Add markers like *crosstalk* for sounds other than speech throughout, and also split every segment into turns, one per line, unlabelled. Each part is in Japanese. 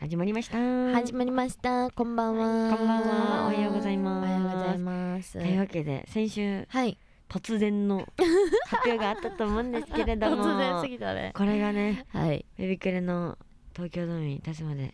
始まりました。
始まりました。こんばん
は
は。
いこんばんはおはようございます
おはようございます。
というわけで先週
はい。
突然
*laughs*
の発表があったと思うんですけれども、
突然すぎたね。
これがね
はい。
ベビクレの東京ドームに立つまで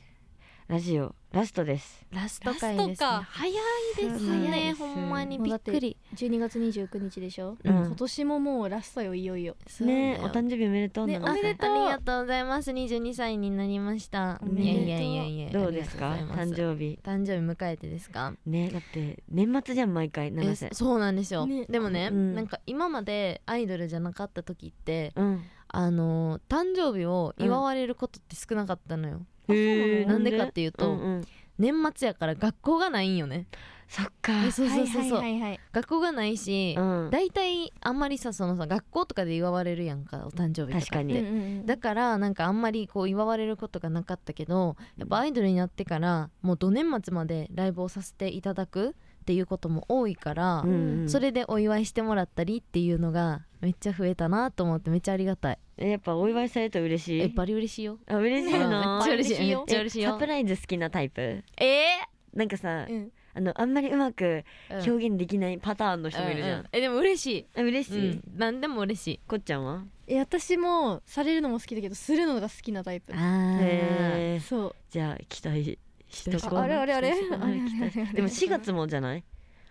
ラジオラストです。
ラスト
ラ
回
ス
ですね。
トか早いです
早いで
ね
す
ほんまに
もう
び
だ
ってくり
12月29日でしょ、
うん
今年ももうラストよいよいよ
そうだよ
ねお誕生日おめでとうな
ね
の
おめで
あありがとうございます。22歳になりますした。
おめでとう
いやいやいやいや。
どうですか
ありがとうござい
誕
ます
生日
誕生日迎えてですか。
ねだって年末じゃん毎回
え
七瀬
そうなんですよ。
ね
でもね、
うん
なんか今までアイドルじゃなかった時って、
うん
あの誕生日を祝われることって少なかったのよ。
へー
なんでかっていうと
うんうん
年末やから学校がないんよね
そっか
えそうそうそうそう、
はいはいはいはい
学校がないし、
うん
大体あんまりさそのさ学校とかで祝われるやんかお誕生日とかって
確かに
うんうんうん
だからなんかあんまりこう祝われることがなかったけどやっぱアイドルになってからもう土年末までライブをさせていただくっていうことも多いから、
うんうん
それでお祝いしてもらったりっていうのがめっちゃ増えたなと思ってめっちゃありがたい
えやっぱお祝いされると嬉し
え
い
バリ嬉しいよ
あ嬉しい
うんめっ
の
ちゃ嬉しい
嬉しい
めっ
よ
ちゃ嬉しい
えサ
よ
プライズ好きなタイプ
ええ
なんかさ
うん
あのあんまりうまく
ー
表現できないパターンの人もいるじゃ
うんうえでも嬉しい
あ嬉し
う
い
ん、何でも嬉しい
こっちゃんは
え私もされるのも好きだけどするのが好きなタイプ
あえ
へー
そう
じゃあ期待しと
期待し
こ
と
う
こ
ああれあれあれあ
期
れ
待
あれあれあれ
でも4月もじゃない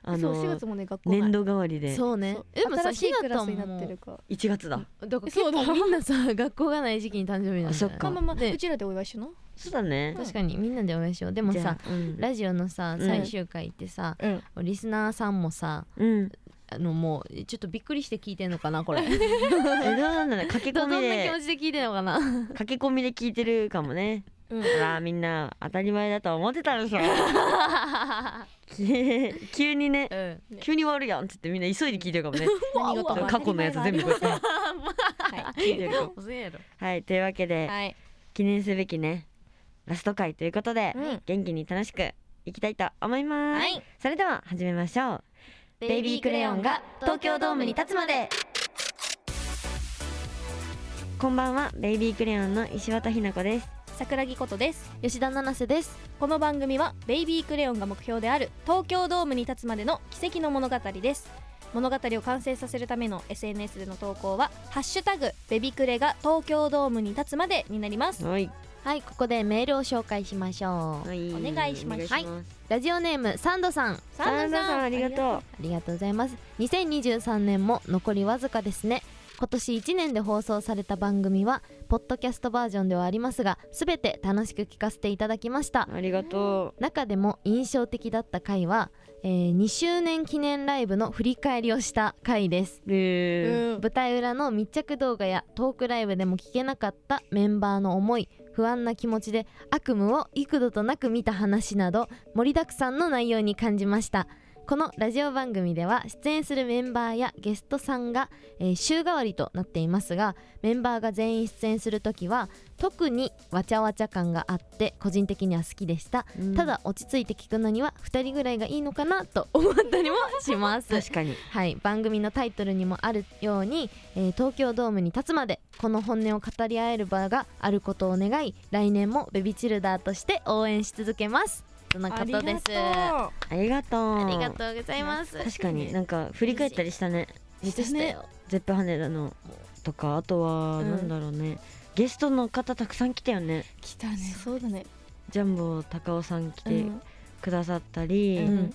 あ
そう
の
4月もね学校ない
年度代わりで
そうね
そう
でもさ
新しい
ひな
クラ
た
ス
も
になってるか
1月だ
だから結
そうだ
構みんなさ学校がない時期に誕生日なんだよ
あそっ
ま
か
あまあまあ、
ね
うちらでお祝いしよ
そうだね
確かにみんなでお会いしようでも
じゃ
さ
あうん
ラジオのさ
うん
最終回ってさ、
うなうん
リスナーさんもさ
うん
あのもうちょっとびっくりして聞いてんのかなこれ
えどうなんだろう駆け
ど
込
んな
み
気持
で
ちで聞いてんのかな
駆け込みで聞いてるかもね
うん
あらみんな当たり前だと思ってたでしょ
*laughs*
急にね
うん
急に終わるやんっつってみんな急いで聞いてるか *laughs* もね
何事も
過去のやつ *laughs* 全部こうやって
はい
聞いてるよ
遅いやろ
*laughs* はいというわけで
はい
記念すべきねラスト回ということで
うん
元気に楽しくいきたいと思います、
はい
それでは始めましょうベイビークレヨンが東京ドームに立つまでこんばんはベイビークレヨンの石渡ひな子です
桜木ことです
*laughs* 吉田七瀬です
この番組はベイビークレヨンが目標である東京ドームに立つまでの奇跡の物語です物語を完成させるための SNS での投稿は「ハッシュタグベビクレが東京ドームに立つまで」になります
はい
はいここでメールを紹介しましょう
い
お願いします
お願い
ラジオネームサンドさん
サンダさんありがとう
ありがとうございます2023年も残りわずかですね今年1年で放送された番組はポッドキャストバージョンではありますが全て楽しく聞かせていただきました
ありがと
中でも印象的だった回は、えー2周年記念ライブの振り返りをした回です
うね
舞台裏の密着動画やトークライブでも聞けなかったメンバーの思い不安な気持ちで悪夢を幾度となく見た話など盛りだくさんの内容に感じましたこのラジオ番組では出演するメンバーやゲストさんが、えー週替わりとなっていますがメンバーが全員出演する時は特にわちゃわちゃ感があって個人的には好きでした、
うん
ただ落ち着いて聞くのには2人ぐらいがいいのかなと思ったりもします
確かに
はい、番組のタイトルにもあるように、えー東京ドームに立つまでこの本音を語り合える場があることを願い来年もベビチルダーとして応援し続けますとのことですあ
ありがとう
りがとうございます
確かになんか振り返ったりしたね
めっちゃしたよ
ゼップ羽田のとかあとは
うん
なんだろうね、ゲストの方たくさん来たよね
来たねそうだね
ジャンボ高尾さん来
う
て
ん
くださったり、
うん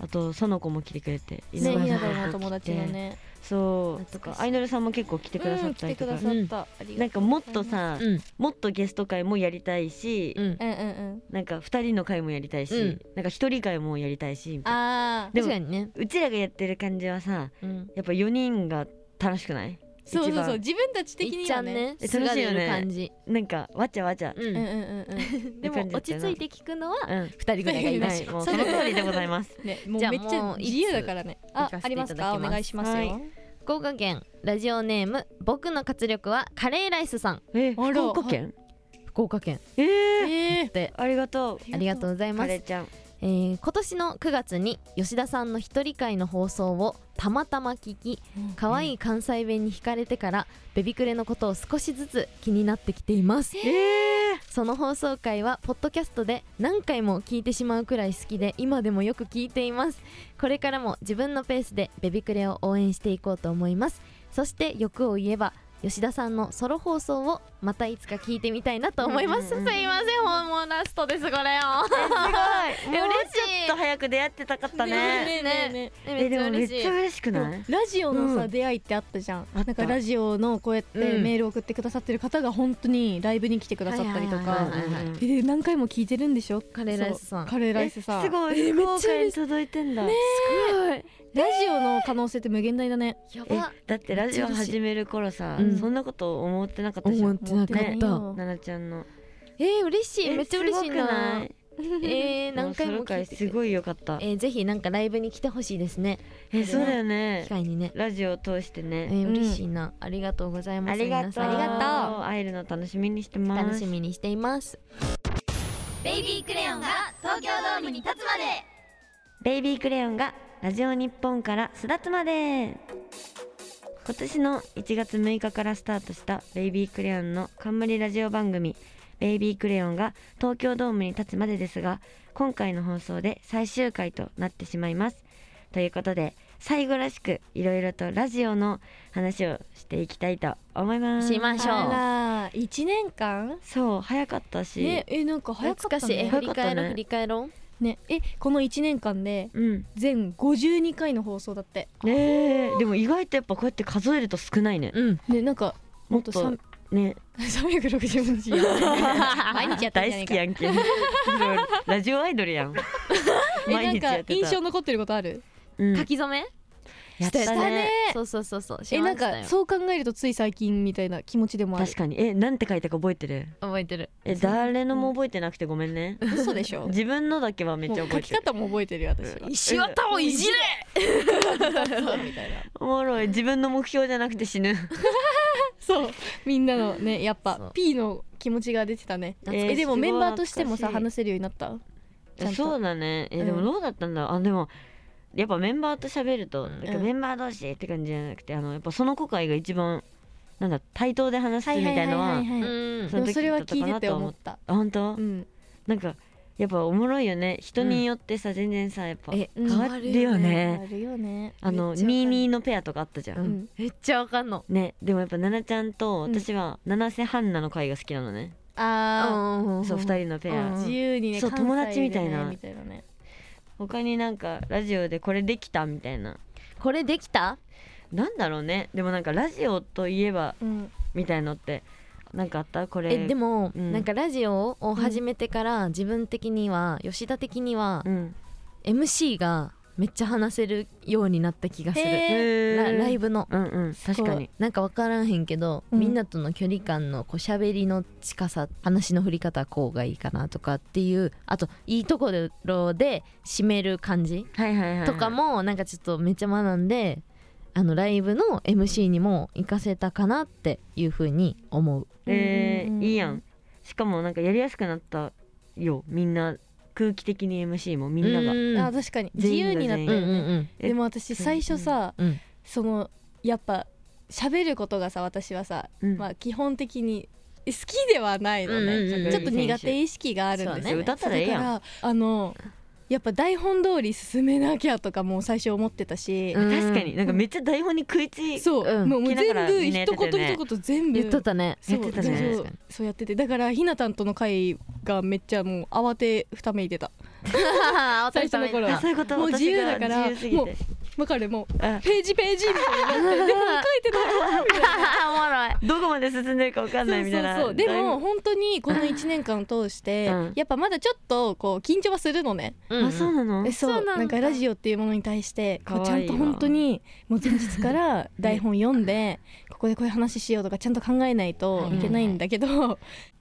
あと園子も来てくれて
ね
井上
ひな
さん
たのお
も
友達のね
そうと
懐
か
かしい
アイドルさんも結構来てくださ
う
っ
ん
た
来
り
て
と
く
か、
ださったありが
なんか
う
も
ご
っ
ざい
と
ます
さ、
うん
もっとゲスト会もやりたいし、
うん
うんうんうん
なんか2人の会もやりたいし、
うん
なんか1人会もやりたいしみたいな
あー
でも
確かにね、
うちらがやってる感じはさ
うん、
やっぱ4人が楽しくない
そうそうそう
一
自分たち的
いっ
に
ちゃ
は
ん
ね
ね
え
すが
楽しいよ
れ
ね
る感じ、
番なんかわちゃわちゃ、
う
うんんうんうん
でも
いい感じだ
落
った
ち
よな
着いて聞くのは
うん、
2人ぐらいがいい *laughs* らしい、
はい、もうその通りでございます。
うんねもう
じゃあ
めっち
も
ゃ
う
自由だからねあ
行かせ
あ
てい
り
た
ま
だき
す
ます
かお
は
願いします
い
よ
福岡県ラジオネーム僕の活力はカレーライスさん
え、
あら
福岡県？
福岡県
ええー、
え
で
ありがと。
ありがとうございうま
カ
す
レーちゃん。
えー今年の9月に吉田さんの一人会の放送をたまたま聞き
うん
可愛い関西弁に惹かれてからベビクレのことを少しずつ気になってきています
ええー、
その放送回はポッドキャストで何回も聞いてしまうくらい好きで今でもよく聞いていますこれからも自分のペースでベビクレを応援していこうと思いますそして欲を言えば吉田さんのソロ放送をまたいつか聞いてみたいなと思います、
うんうんうん
すいませんもうもうラストですこれよ
すごい
え
もう
嬉しい
ちょっと早く出会ってたかったね
ねねね
*laughs* えでもめっちゃ嬉しく
でも
ない
ラジオのさ、
うん
出会いってあったじゃん
あった
なんかラジオのこうやって
うん
メール送ってくださってる方が本当にライブに来てくださったりと
はいはい
か
はい
うんうんうん
え何回も聞いてるんでしょ
カレーライスさん
カレーライスさん
えすごい
えめっ
福
ちゃ
岡
嬉
に
し
届いてんだ
いラジオの可能性って無限大だね
や
え
ば
だってラジオ始める頃さ
うん
そんなこと思ってなかったじゃ
思っ
ん
てなか
ね
った
ななちゃんの
えー、嬉しいめっちゃ嬉しい
えすごく
な
ない
*laughs*
えー、何回
も
も
うその
聞
回
いて
す
くれ
ごい良かった
えー、ぜひなんかライブに来てほしいですね
えそうだよね
機会にね
ラジオを通して
え
ね
ー、嬉しいな、ありがとうございます皆さん
ありがとう
会えるの楽しみにしてます
楽しみにしています
ベイビークレヨンが東京ドームに立つまでベイビークレヨンがラジオ日本から巣立つまで今年の1月6日からスタートしたベイビークレヨンの冠ラジオ番組ベイビークレヨンが東京ドームに立つまでですが今回の放送で最終回となってしまいますということで最後らしくいろいろとラジオの話をしていきたいと思います
しましょう
あら一年間
そう早かったし、
ねえなんか早
懐
かっ
か
た
しい、え
ね
振
早
り
かったね
返ろう振り返ろう
ねえこの一年間で
うん
全52回の放送だって
ねえでも意外とやっぱこうやって数えると少ないね、
うん
ねなんか
も
もっ
っ
と
と
さん
ね
360日 *laughs* 毎日やってる
大
じゃ
好
ない
き
か
やんけラジオアイドルやん
え
毎日
な
や
ん
っ
か
てた
印象残ってることある
うん
書き初め
やったね
したね
そうそうそうそうし
えな
ま
ん
したよ
かそう考えるとつい最近みたいな気持ちでもある
確かにえなんて書いたか覚えてる
覚えてる
え誰のも覚えてなくてごめんね
嘘でしょ
*laughs* 自分のだけはめっちゃ
もう
覚
書
え
き
てる
方も覚えてるよ私
*laughs*
は *laughs*
石渡をいじれ
そうみたいな
おもろい自分の目標じゃなくて死ぬ
そうみんなのねやっ
そう
ぱ P の気持ちが出てたね
え
えでも
すごい
メンバーとしてもさ
懐か
話せるようになったちゃんと
そうだねえで
う
も
ん
どうだったんだろうあでもやっぱメンバーと喋ると、
うん
なんかメンバー同士って感じじゃなくてあのやっぱその子会が一番なんだ対等で話すみたいのは
う
い
ん
その
でも
時
それは聞いてて
だったかなと
思
思
っ
ったあ本当、
うん
なんかやっぱおもろいよね人によってさ、全然さやっぱ
え
うん
変わるよ
変
ね
わ、るよね
あの
めっちゃわかる
ミーミーのペアとかあったじゃん、
うん
めっちゃわかんの
ねでもやっぱ奈々ちゃんと
うん
私は七瀬ハンナの会が好きなのね、
あ
そ
そう二人のペア、
うん
ー自由にね
そう
関西でね
友達みたいな
みたいなね
他になんかラジオでこれできたみたいな
これできた
なんだろうねでもなんかラジオといえば
うん
みたいのってなんかあったこれ
えでも、
うん
なんかラジオを始めてから自分的には吉田的には
うん
MC がめっちゃ話せるようになった気がする
へ
へ
ラ
ー
ライブの
うんうん確かに
なんか分からんへんけど、
うん
みんなとの距離感のこう喋りの近さ話の振り方こうがいいかなとかっていうあといいところで締める感じ
はいはいはいはい
とかもなんかちょっとめっちゃ学んであのライブの MC にも活かせたかなっていうふうに思う
え
うんうんうん
ー、いいやんしかもなんかやりやすくなったよみんな空気的に MC もみんなが
うん
あ確かに自
全員
由
が
になった
うんう
よ
んう
ね
ん
え
でも私最初さ
うん
そのやっぱ喋ることがさ私はさ
うん
まあ基本的に好きではないの
うんうんうん
ねちょっと苦手意識があるんです
そう
よ、
ね
ね、
歌ったらええやん
だからあのやっぱ台本通り進めなきゃとかもう最初思ってたし、
うん
確かになんかめっちゃ台本に食いつい
そう、
うん
もうもう
聞きな
全
がら
部
みんなやって
一
たよね
言一言全部
言っとったね
そう
やってたね
そうそうやっててだからひなたんとの会がめっちゃもう慌てふためいてた最初の
*laughs*
頃
あそういうこと
もう自由だ
私が
から
自由すぎて
もうわかるもう
あ
ページページみた
*laughs*
いになってでも
*laughs*
書いてない
どこまで進んでるかわかんないみたいな
そうそうそうでも
だ
本当にこの1年間を通して、
*laughs* うん
やっぱまだちょっとこう緊張はするのね、
う
い
ん
ぶあそうなの
えそう
そうなんだ
なんかラジオっていうものに対してこうち
か
ゃ
わい
ん
いわ
と本当にもう前日から
*laughs*
台本読んでここでこういう話しようとかちゃんと考えないといけないんだけど、 *laughs*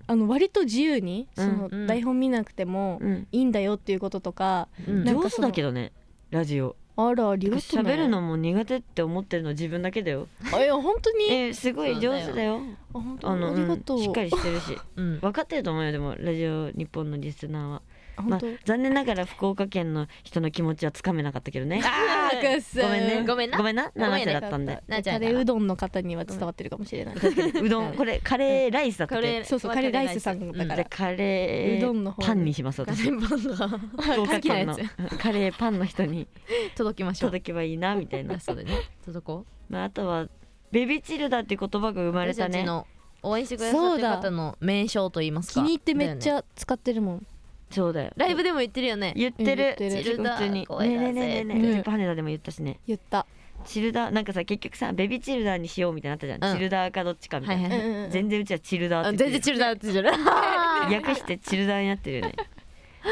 あの割と自由にその
うんうん
台本見なくても
うん
いいんだよっていうこととか、
うん
なん
上
か
手
その
だけどねラジオ
あらありがとうね
喋るのも苦手って思ってるの自分だけだよ
あいや本当に
えすごい上手だよ
あ本当
あ
に
の
あ
う
りが
ん
とう、 *laughs*
しっかりしてるし
うん
分かってると思うよでもラジオ日本のリスナーはま
本
あ
当、、
残念ながら福岡県の人の気持ちはつかめなかったけどね
あーくっそ
ごめんね
ごめんな
ごめんな
ごめ
7
ん
つ
ね
だったんで
なっちゃう
カ
から
レーうどんの方には伝わってるかもしれない、
確かにうどんこれカレーライスだった
こ
っ
れ
け
そうそう
わかる
カレーライスさんだか
じゃ
ら
あカレ
うどん
ー
の方
パンにします
ガ
私
レンパンが
福岡
好きな
県
や
の
つ
カレーパンの人に
届きましょう
届けばいいなみたいな
あ、そうだね届こう
まあ、あとはベビーチルダーっていう言葉が生まれ
私
た
たち
ね
の応援してくださってる方の名称といいますか
気に入ってめっち
ゃ
ゃ使ってるもん、
そうだよ
ライブでも言ってるよね
言ってる
言っ
普
る
て
通に
チルダー
ね
声
え
だ
ね
ぜ
えねえね
う
え
ん
ねえパネダでも言ったしね
言った、
チルダーなんかさ結局さベビーチルダーにしようみたいになったじゃん、
うん
チルダーかどっちかみたいな、
はいはい
うんうんうん
全然うちはチルダー
あ
って言
全
って
然
る
チルダーって言ってる *laughs*
略してチルダーになってるよね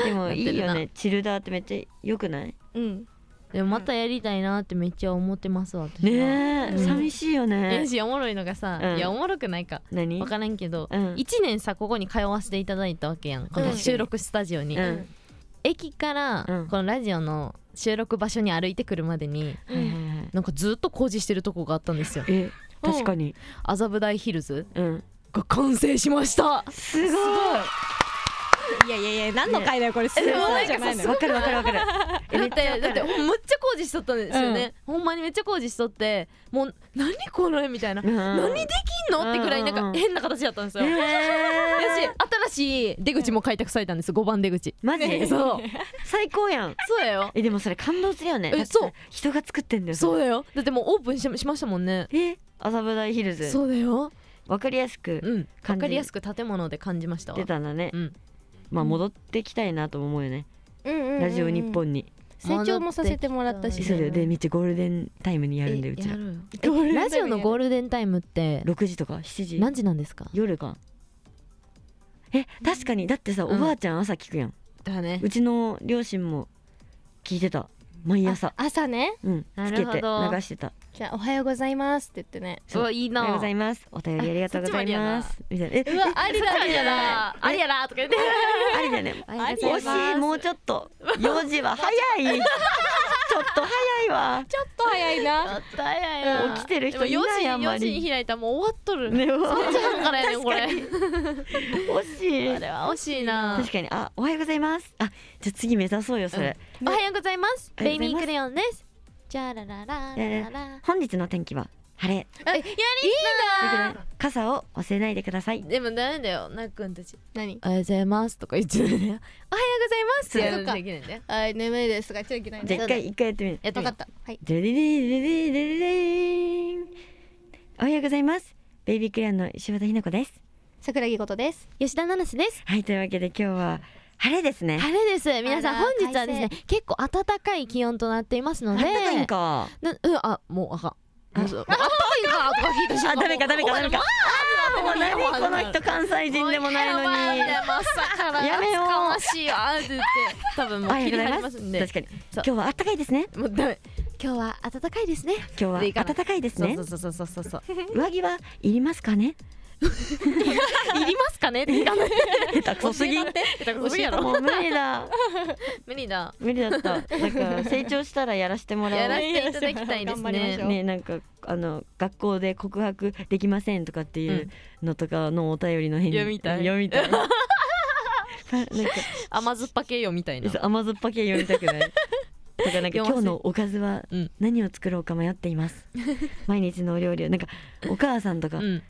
でもいいよねチルダーってめっちゃよくない
うん
でもまたやりたいなってめっちゃ思ってます私は
ねえ、
うん
寂しいよね
えしおもろいのがさ、
うん
いやおもろくないか
何
分からんけど、
うん
一1年さここに通わせていただいたわけやんこ
確
の
かに
収録スタジオに、
うん
駅から
うん
このラジオの収録場所に歩いてくるまでに
はいはいはい
なんかずっと工事してるとこがあったんですよ
え確かに
麻布台ヒルズ
うん
が完成しました
すごい
いやいやいや何の回だよこれすご
でも
いじゃないのよ
わかるわかるわかるえ
*laughs* だ
め
っ
っちゃわ
て
か
だ
る
ってほんむっちゃ工事しとったんですよね、ほんまにめっちゃ工事しとってもう何これみたいな、
うん
何できんのってくらいなん
うんうんう
か
ん
変な形だったんですよ、
え
私新しい出口も開拓されたんです5番出口
ー、マジ
そう
最高やん
そうだよ
えでもそれ感動するよね
え
だってさ
そう
人が作ってんだよ
そう
れ
だよだってもうオープンししましたもんね
え麻布台ヒルズ
そうだよ
わかりやすく
うんわ
感じ
かりやすく建物で感じましたわ
出たんだね、
うん
まあ戻ってきたいなとも思うよね、
うんうんうん
ラジオ日本に、
成長もさせてもらったし、
うん
そうだよでめっちゃゴールデンタイムにやるんだよう
え
ち
や
ら
ろうよ
ゴールデンタイム
ラジオのゴールデンタイムって
6時とか7時
何時なんですか
夜かえ確かにだってさ、
うん
おばあちゃん朝聞くやん
だね
うちの両親も聞いてた毎朝
あ朝ね
うん
な
つ
る
け
ほ
て流
ど
してた
じゃあおはようございますって言ってね
そう
いい
お
な
はようございますお便りありがとうございますみたいなえ
うわありだ
ありや
ね
なありやなとか言っ
*laughs*
て
ありだね
ありがとうございます
惜しいもうちょっ
*laughs*
と4時は早いちょっと早いわ
ちょっと早い
ちょ
な
っと早いな
起きてる人いない
でも
あんまり
4時に開いたらもう終わっと
*laughs*
る
ね
3時半からやねんこれ
惜
あ
しい
れは惜しいな
確かにあおはようございますあじゃあ次目指そうよそれ、
おはようございます
ありがと
ベイ
うござ
ビ
い
ー
ます
クレヨンですじゃららららら
本日の天気は晴れ
えやりたい
傘を忘れないでください
でもダメだよなっくんたち
何
おはようございますとか言っちゃうねおはようございますってやるのできないんだよ
あ眠いですとか言っちゃいけない
じゃあ一回一回やってみる
やってみ
分か
よ
ったはい
ドゥルルルルルルリンおはようございますベイビークレヨンの柴田ひな子です
桜木ことです
う吉田七瀬です
はいというわけで今日は晴れですね
晴れです皆さん
あら
本日はですね結構暖かい気温となっていますので
晴れたいんか
なうんあもうあかん
あ
あそうあったかいなとか聞いた瞬間
あダメかダメかダメかあーもう何この人関西人でもないのに
朝から
や
や
め
め
よ
よ
う
うかましいわって言って多分もう
おはよう
切
ご
り
ざ
替
い
え
ま
ますすんで
確かに今
そう
日は暖かいですね
もうダメ今日は暖かいですね
今
で
日
いか
は
ない
暖かいです
そう
ね
そうそうそうそうそう
上着はいりますかね
いりますかねって言かない
下手くそすぎん
無理やろ
もう無理だ
無理だ
無理だっただから成長したらやらせてもらおう
やらせていただきたいです
頑張りましょ
ね
う
ねなんかあの学校で告白できませんとかっていうのとかのお便りの返事
読みたい
読みた
*laughs*
いなんか
甘酸っぱ系よみたいな
そう甘酸っぱ系読みたくないとかなんか
読
今
ませ
日のおかずは
うん
何を作ろうか迷っています
*laughs*
毎日のお料理をなんかお母さんとか
う
聞い
ん
て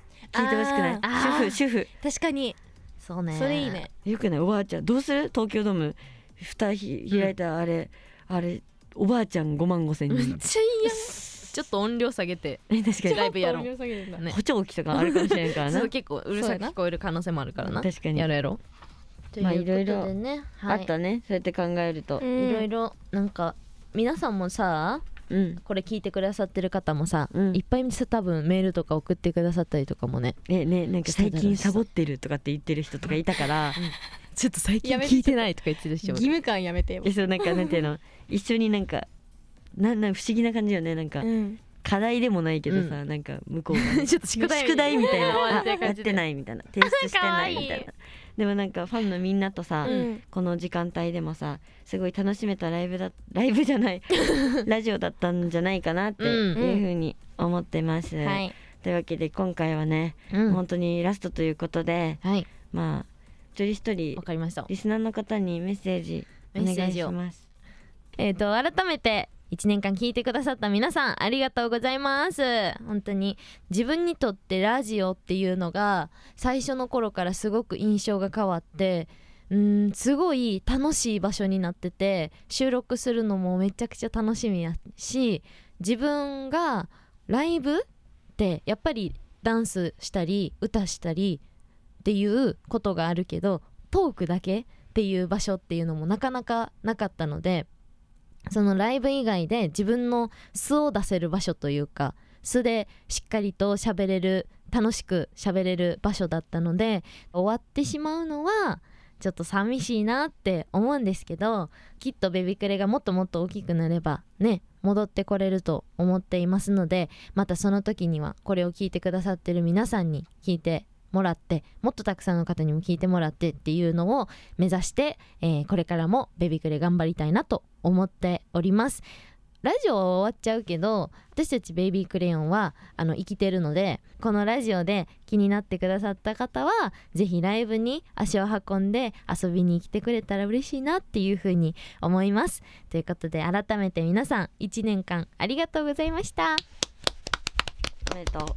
ほしくない
あ
ーあー
主婦主婦
確かに
そうね
それいいね
よくないおばあちゃんどうする東京ドーム蓋ひ開いたあれ、あれおばあちゃん5万5千
めっ
人
ちゃいいやん *laughs* ちょっと音量下げて
え確かに
ライブやろう
ちょっと音量下げるんだ
ね
補聴器とかあるかもしれんからな
そう結構うるさく聞こえる可能性もあるからな
確かに
やろうやろう
まあ
とうこと
いろい
で
ろ
ね
あ *laughs*
は
ったねそうやって考えると
うん
いろいろなんか皆さんもさ
うん
これ聞いてくださってる方もさ、
うん
いっぱいさ多分メールとか送ってくださったりとかもね
ねねなんか
しただ
最
ろう
近
し
サボってるとかって言ってる人とかいた *laughs* から
ちょっと最
近
聞いてないとか言ってるでしょ
義務感やめてよ
えそうなんかなんていうの一緒になんかなんなん不思議な感じよねなんか
うん
課題でもないけどさ、なんか向こうがね
*laughs* ちょっと *laughs* 宿
*laughs*
題
宿題みたい
終
な
わ
あ
ってる
や
感
って
じで
ないみたいな提出 *laughs* して
かわ
ない
いい
みたいなでもなんかファンのみんなとさ、
うん
この時間帯でもさすごい楽しめたライブだライブじゃ *laughs* ないラジオだったんじゃないかなって
うん
いうふうに思ってます、
はい
というわけで今回はね、
うん
本当にラストということで
はい
まあ一人一人
わかりました
リスナーの方にメッセージお
メッセ
願
ー
いし
ジを
ます
えっ、と改めて1年間聞いてくださった皆さんありがとうございます本当に自分にとってラジオっていうのが最初の頃からすごく印象が変わってうーんすごい楽しい場所になってて収録するのもめちゃくちゃ楽しみやし自分がライブってやっぱりダンスしたり歌したりっていうことがあるけどトークだけっていう場所っていうのもなかなかなかったのでそのライブ以外で自分の素を出せる場所というか素でしっかりと喋れる楽しく喋れる場所だったので終わってしまうのはちょっと寂しいなって思うんですけどきっとベビクレがもっともっと大きくなればね戻ってこれると思っていますのでまたその時にはこれを聞いてくださってる皆さんに聞いてもらってもっとたくさんの方にも聞いてもらってっていうのを目指して、えーこれからもベビクレ頑張りたいなと思っておりますラジオは終わっちゃうけど私たちベイビークレヨンはあの生きてるのでこのラジオで気になってくださった方はぜひライブに足を運んで遊びに来てくれたら嬉しいなっていうふうに思いますということで改めて皆さん1年間ありがとうございました
おめでとう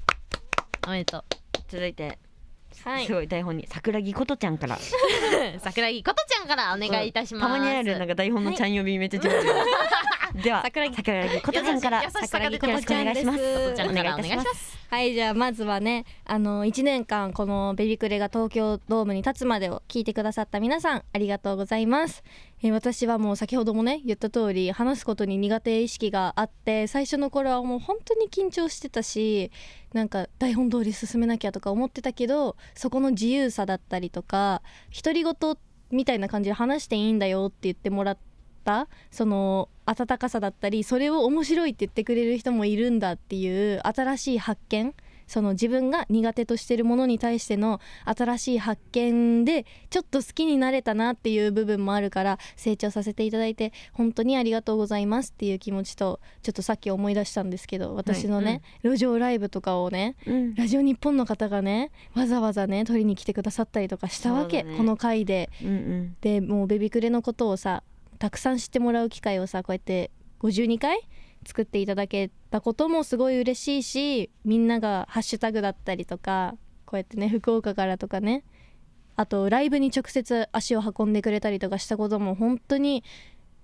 おめでとう
続いて、
はい
すごい台本に桜木琴ちゃんから
*laughs* 桜木ことちゃんからお願いいたします
たまにあるなんか台本のちゃん呼びめっちゃ上手、 *laughs* では
桜
桜
木
木琴ちゃんから
優しさが
桜木
出て
よろ
ま
し
す
くお願いします
琴ち
ゃんからお願いします
す
はいじゃあまずはねあの1年間この「ベビクレ」が東京ドームに立つまでを聞いてくださった皆さんありがとうございます、えー私はもう先ほどもね言った通り話すことに苦手意識があって最初の頃はもう本当に緊張してたしなんか台本通り進めなきゃとか思ってたけどそこの自由さだったりとか独り言みたいな感じで話していいんだよって言ってもらったその温かさだったりそれを面白いって言ってくれる人もいるんだっていう新しい発見その自分が苦手としてるものに対しての新しい発見でちょっと好きになれたなっていう部分もあるから成長させていただいて本当にありがとうございますっていう気持ちとちょっとさっき思い出したんですけど私のね、路上ライブとかをね
うん
ラジオ日本の方がねわざわざね取りに来てくださったりとかしたわけ、
そうだね
この回で
うん
でもうベビクレのことをさたくさん知ってもらう機会をさこうやって52回作っていただけたこともすごい嬉しいしみんながハッシュタグだったりとかこうやってね福岡からとかねあとライブに直接足を運んでくれたりとかしたことも本当に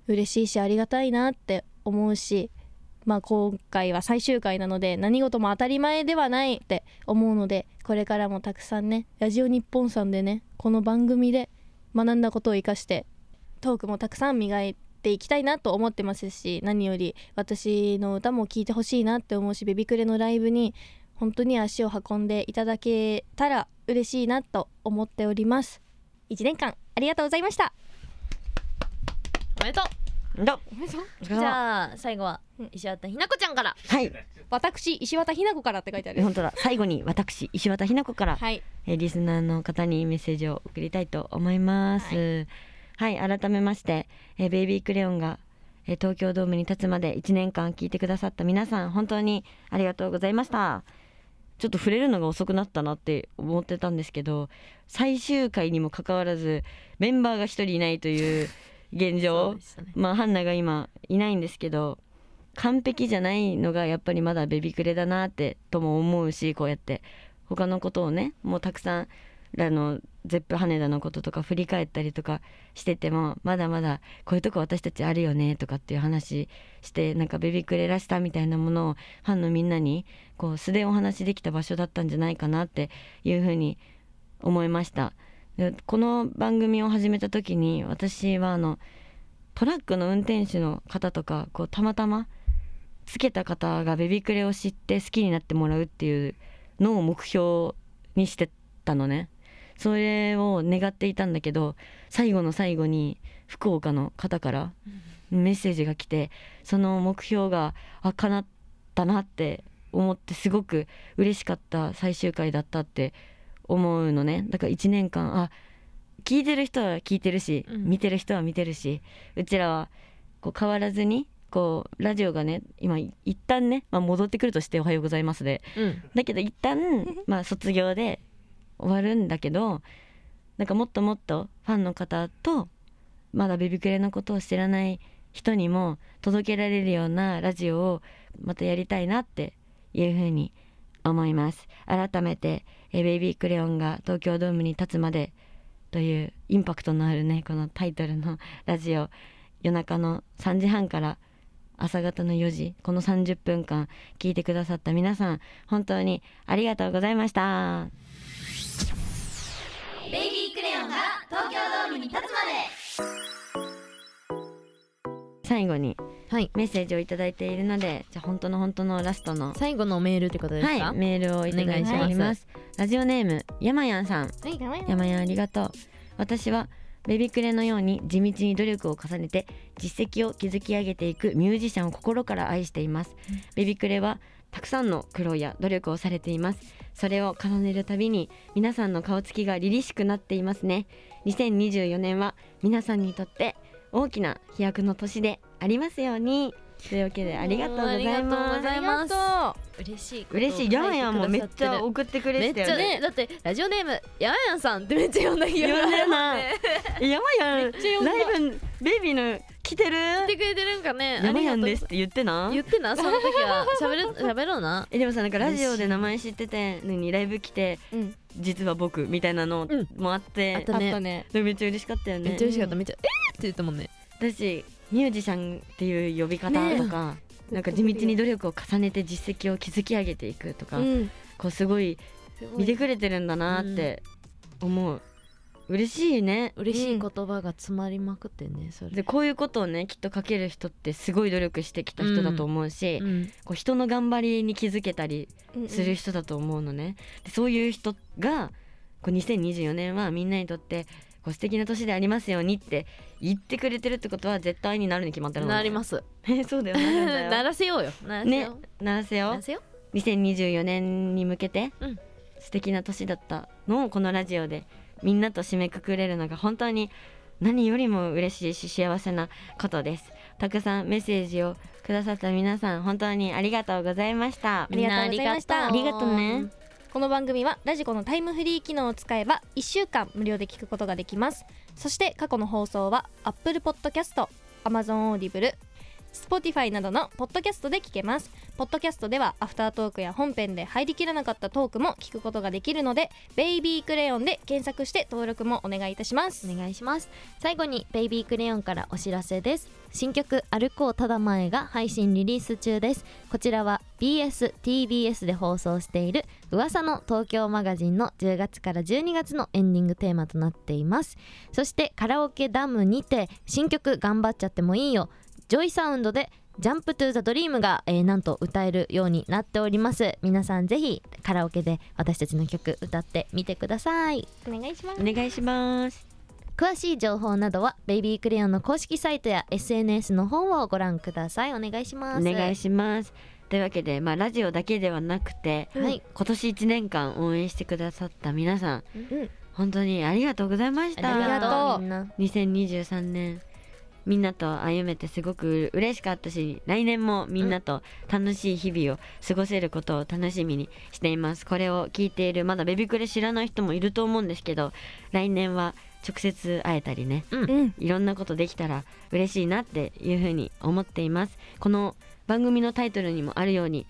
嬉しいしありがたいなって思うしまあ今回は最終回なので何事も当たり前ではないって思うのでこれからもたくさんねラジオ日本さんでねこの番組で学んだことを生かしてトークもたくさん磨いていきたいなと思ってますし何より私の歌も聴いてほしいなって思うしベビクレのライブに本当に足を運んでいただけたら嬉しいなと思っております1年間ありがとうございました
おめでとう
うんど
じゃあ最後は石渡ひなこちゃんから
はい
私石渡ひな子からって書いてある
本当だ最後に私石渡ひな子から、
はい
えーリスナーの方にメッセージを送りたいと思いますはい、改めまして、えーベイビークレヨンが、えー東京ドームに立つまで1年間聞いてくださった皆さん本当にありがとうございましたちょっと触れるのが遅くなったなって思ってたんですけど最終回にもかかわらずメンバーが1人いないという現状
でしたね
まあハンナが今いないんですけど完璧じゃないのがやっぱりまだベビクレだなってとも思うしこうやって他のことをねもうたくさんあのゼップ羽田のこととか振り返ったりとかしててもまだまだこういうとこ私たちあるよねとかっていう話してなんかベビクレらしさみたいなものをファンのみんなにこう素でお話しできた場所だったんじゃないかなっていうふうに思いました。でこの番組を始めた時に私はあのトラックの運転手の方とかこうたまたまつけた方がベビクレを知って好きになってもらうっていうのを目標にしてたのねそれを願っていたんだけど最後の最後に福岡の方からメッセージが来てその目標があ叶ったなって思ってすごく嬉しかった最終回だったって思うのねだから1年間あ聞いてる人は聞いてるし、
うん
見てる人は見てるしうちらはこう変わらずにこうラジオがね今一旦ね、まあ、戻ってくるとして「おはようございます」で
うん
だけど一旦まあ卒業で終わるんだけどなんかもっともっとファンの方とまだベビクレのことを知らない人にも届けられるようなラジオをまたやりたいなっていうふうに思います改めて「えーベイビークレヨン」が東京ドームに立つまでというインパクトのあるねこのタイトルの *laughs* ラジオ夜中の3時半から朝方の4時この30分間聞いてくださった皆さん本当にありがとうございました。
ベイビークレヨンが東京ドームに立つまで
最後に
はい
メッセージをいただいているのでじゃあ本当の本当のラストの
最後のメールってことですか
はいメールをいただいており
お願いしま
ますラジオネームやまやんさん
はい
やまやんありがとう私はベビクレのように地道に努力を重ねて実績を築き上げていくミュージシャンを心から愛しています、ベビクレはたくさんの苦労や努力をされていますそれを重ねるたびに皆さんの顔つきが凛々しくなっていますね2024年は皆さんにとって大きな飛躍の年でありますようにというわけでありがとうござい
あ
ます
りがとうございます
あ
嬉しいことを
嬉しいヤマヤンもめっちゃ送ってく
め
れ
ってち
たよ
ゃ
ね
ねだってラジオネームやんやんさんってめっちゃ呼んだ気が
呼んだよな
ね
ヤマヤン
りがとう
ライブベイビーの来てる
聞いてくれてるんかね
ヤマヤンですすって言ってな
言ってなその時は喋る喋ろうな
えでもさなんかラジオで名前知っててのにライブ来て
うん
実は僕みたいなの
うん
もあっ、
あってたね
ね
でもめっちゃ嬉しかったよ
めっ
ね
ちゃ嬉しかっためっちゃえーって言ったもんね
だしミュージシャンっていう呼び方とか、なんか地道に努力を重ねて実績を築き上げていくとか、
うん
こうすごい見てくれてるんだなって思う、嬉しいね
嬉しい言葉が詰まりまくってねそれ
でこういうことをねきっと書ける人ってすごい努力してきた人だと思うし、
うん
こう人の頑張りに気づけたり
うん
する人だと思うのね、でそういう人がこう2024年はみんなにとってこう素敵な年でありますようにって言ってくれてるってことは絶対になるに決まってるの
なります
え *laughs* そうだよなるんだ
*laughs*
よ *laughs*
ならせようよならせよう
ならせ
な
よ
らせよ
2024年に向けて
うん
素敵な年だったのをこのラジオでみんなと締めくくれるのが本当に何よりも嬉しいし幸せなことですたくさんメッセージをくださった皆さん本当にありがとうございました
ありがとうございました
ありがとうね
この番組はラジコのタイムフリー機能を使えば1週間無料で聞くことができますそして過去の放送は Apple Podcast、Amazon Audible、Spotify などのポッドキャストで聞けますポッドキャストではアフタートークや本編で入りきらなかったトークも聞くことができるのでベイビークレヨンで検索して登録もお願いいたします
お願いします最後にベイビークレヨンからお知らせです新曲歩こうただ前が配信リリース中ですこちらは BSTBS で放送している噂の東京マガジンの10月から12月のエンディングテーマとなっていますそしてカラオケダムにて新曲頑張っちゃってもいいよジョイサウンドでジャンプトゥザドリームが、えーなんと歌えるようになっております皆さんぜひカラオケで私たちの曲歌ってみてください
お願いします
お願いします
詳しい情報などはベイビークレヨンの公式サイトや SNS の方をご覧くださいお願いしま
お
す
願いしますというわけでまあラジオだけではなくて、
はい
今年1年間応援してくださった皆さん
うん
本当にありがとうございまし
あ
た
り
ありが
がと
とう
うみんな
2023年みんなと歩めてすごく嬉しかったし来年もみんなと楽しい日々を過ごせることを楽しみにしていますこれを聞いているまだベビクレ知らない人もいると思うんですけど来年は直接会えたりね
うん
いろんなことできたら嬉しいなっていうふうに思っていますこの番組のタイトルにもあるように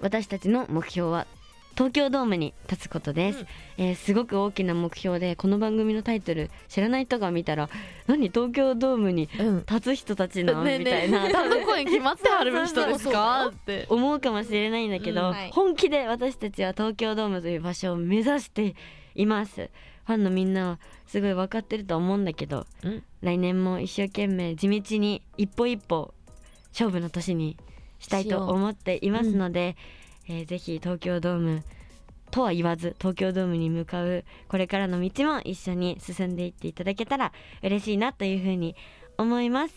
私たちの目標は東京ドームに立つことです、
うん
えーすごく大きな目標でこの番組のタイトル知らない人が見たら何東京ドームに
うん
立つ人たち
*laughs*
なの、みたいな、
歌の声決まってある人ですかって
思うかもしれないんだけど、
うん
はい
本気で私たちは東京ドームという場所を目指していますファンのみんなはすごい分かってると思うんだけど、
うん
来年も一生懸命地道に一歩一歩勝負の年にしたい
しよ
と
う
思っていますので、えーぜひ東京ドームとは言わず東京ドームに向かうこれからの道も一緒に進んでいっていただけたら嬉しいなというふうに思います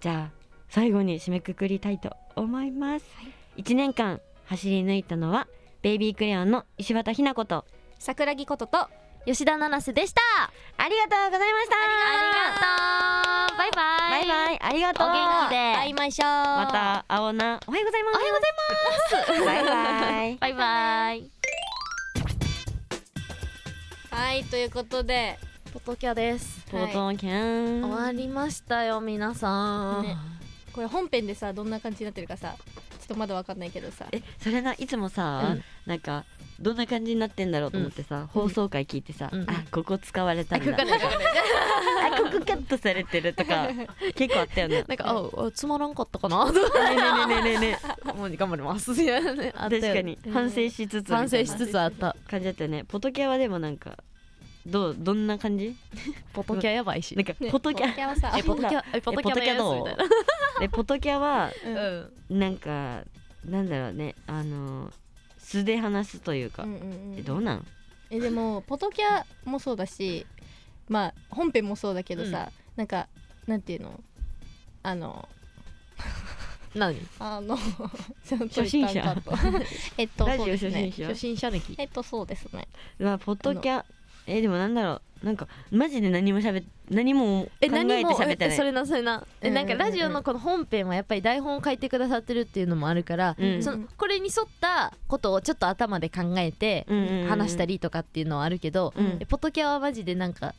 じゃあ最後に締めくくりたいと思います、一年間走り抜いたのはベイビークレヨンの石畑ひな子と
桜木ことと
吉田七瀬でした
ありがとうございました
ありがとうバイバイ
バイバイありがとう
お元気で
会いましょう
ま
ま
た青菜おはようございます
お
ご
はよう
ざいますバイバイ
バイバイ
はいということで
東京です
東東県
終わりましたよ皆さん、
ねこれ本編でさどんな感じになってるかさちょっとまだわかんないけどさ
えそれないつもさ、
うん
なんかどんな感じになってんだろうと思ってさ、放送回聞いてさ、
うん
あここ使われたんだ
書かない書かない
あここカットされてると
*laughs*
か結構あったよね
なんかああつまらんかったかな *laughs* もう
ねねねねね *laughs* ね
頑張りますいやねあった
確
よ
かに反省しつつみたいな
反省しつつあった
感じだったよねポトキャはでもなんかどうどんな感じ
ポトキャやばいし
なんか
ね
ポトキャ、
ポはさ
えポトキャえポトキャのやつみたい
*laughs*
な
でポトキャは
うん
うん
なんかなんだろうねあの素で話すというか、
うんうんう
え
ん
どうなん
えでもポトキャもそうだしまあ本編もそうだけどさ、なんかなんていうのあの
何
あの *laughs* ちょっと
初心者
一旦カ
*laughs*
ットえっと
ラジオ
そうですね
初心者
初心者歴
えっとそうですね
まあポトキャえでもなんだろうなんかマジで何もしゃべ何も考えて
え何も
喋って
え
ない
それなそれなえ
うんうん
な
うんん
かラジオのこの本編はやっぱり台本を書いてくださってるっていうのもあるから、
うん
そのこれに沿ったことをちょっと頭で考えて
うんうんうん
話したりとかっていうのはあるけど、
うん
えポトキャはマジでなんか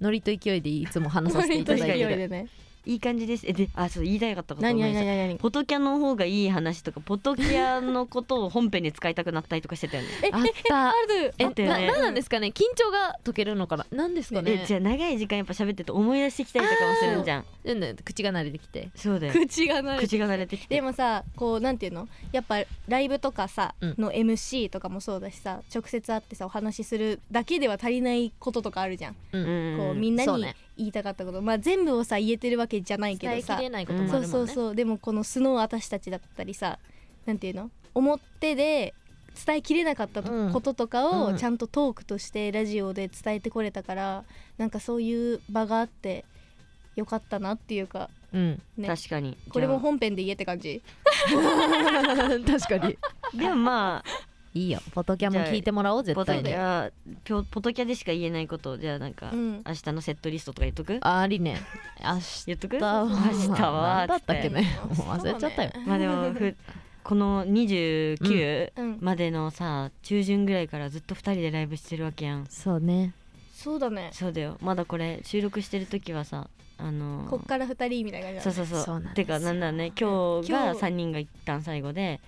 ノリと勢いでいつも話させていただいて
ノリと勢
る
でね
いい感じですえであそう言いたかったこと
何
ごめん
何
なさ
何
い
何何
ポトキャの方がいい話とかポトキャのことを本編に使いたくなったりとかして
*laughs*
たよね
あっ
*laughs*
た
ある
え
あったよ
な
ね
なんなんですかね緊張が解けるのかななんですか
え
ね
じゃあ長い時間やっぱ喋ってて思い出してきたりとかもするじゃん
うんうん口が慣れてきて
そうだよ
口がなる
口が慣れてきて
でもさこうなんていうのやっぱライブとかさ、
うん
の MC とかもそうだしさ直接会ってさお話しするだけでは足りないこととかあるじゃん、
うん
うん
こうみんな
そう
に
ね
言いたかったこと、まあ全部をさ言えてるわけじゃないけ
伝
ど
え
さ
きれないこともあるもんね、
そうそうそうでもこの素の私たちだったりさなんていうの表で伝えきれなかったと
うん
こととか
う
を
ん
ちゃんとトークとしてラジオで伝えてこれたからなんかそういう場があってよかったなっていうか
うん、
ね
確かに
これも
じゃ
本編で言えって感じ
*laughs* 確かに
あでもま
いいよポトキャも聞いてもらおう
あ
絶
ポト
対
キ
に
ャピョポトキャでしか言えないことをじゃあなんか、
うん
明日のセットリストとか言っとく
あありね明日
言っとく
は
明日は
何だったっけ
*laughs*
ね
うん
もう忘れちゃったよ
まあでも
*laughs*
ふこの29
うん
までのさ中旬ぐらいからずっと2人でライブしてるわけやん
そうね
そうだね
そうだよまだこれ収録してる時はさあのー
こっから二人みたいな感じだね
そうそうそう
そうなんです
てか
よ
なんだね今日が
今日
3人が一旦最後で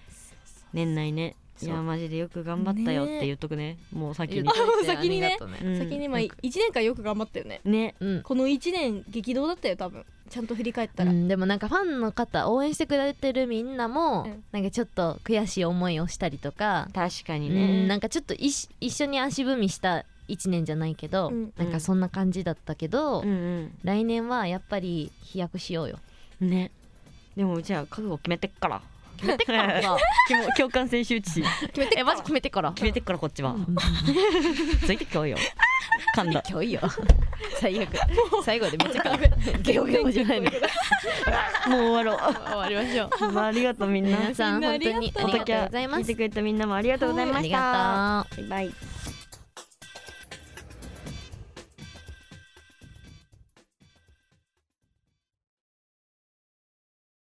年内ねい
そ
や
う
マジでよく頑張ったよっ
ね
て言っとくねもう先に
言っといて
あもう先にね
ありがとう
うん
先にまあ1年間よく頑張ったよね
ね
うん
この1年激動だったよ多分ちゃんと振り返った
う
ら、
ん、でもなんかファンの方応援してくれてるみんなも、
うん
なんかちょっと悔しい思いをしたりとか、
確か
う
に
ん、
ね
なんかちょっと一一緒に足踏みした1年じゃないけど、
うん
なんかそんな感じだったけど、
うん
来年はやっぱり飛躍しようよ。
うんねでもじゃあ覚悟決めてっから
決めてから
*laughs* きも共感性周知決
決めてえマジ決めてから。
めてっからこっちは
うん
ついてきようよ噛んだ
今日いいよ *laughs* 最悪最後でめっちゃ顔ゲオゲオじゃない
も
の *laughs*
う終わろう
終わりましょ
*laughs*
う
まあ、ありがとうみんな。
皆さん
みんなあ
本
りが
当
とう
にありがとうござい
聞
ま
い
す
てくれたみんなもありがとうございました。
ありがとう
バイバイ。